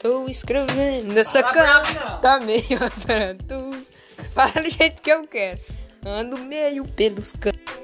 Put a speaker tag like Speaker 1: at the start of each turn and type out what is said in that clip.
Speaker 1: Tô escrevendo essa Tá
Speaker 2: Fala
Speaker 1: carta
Speaker 2: bravo,
Speaker 1: meio azarantus para o jeito que eu quero. Ando meio pelos cantos.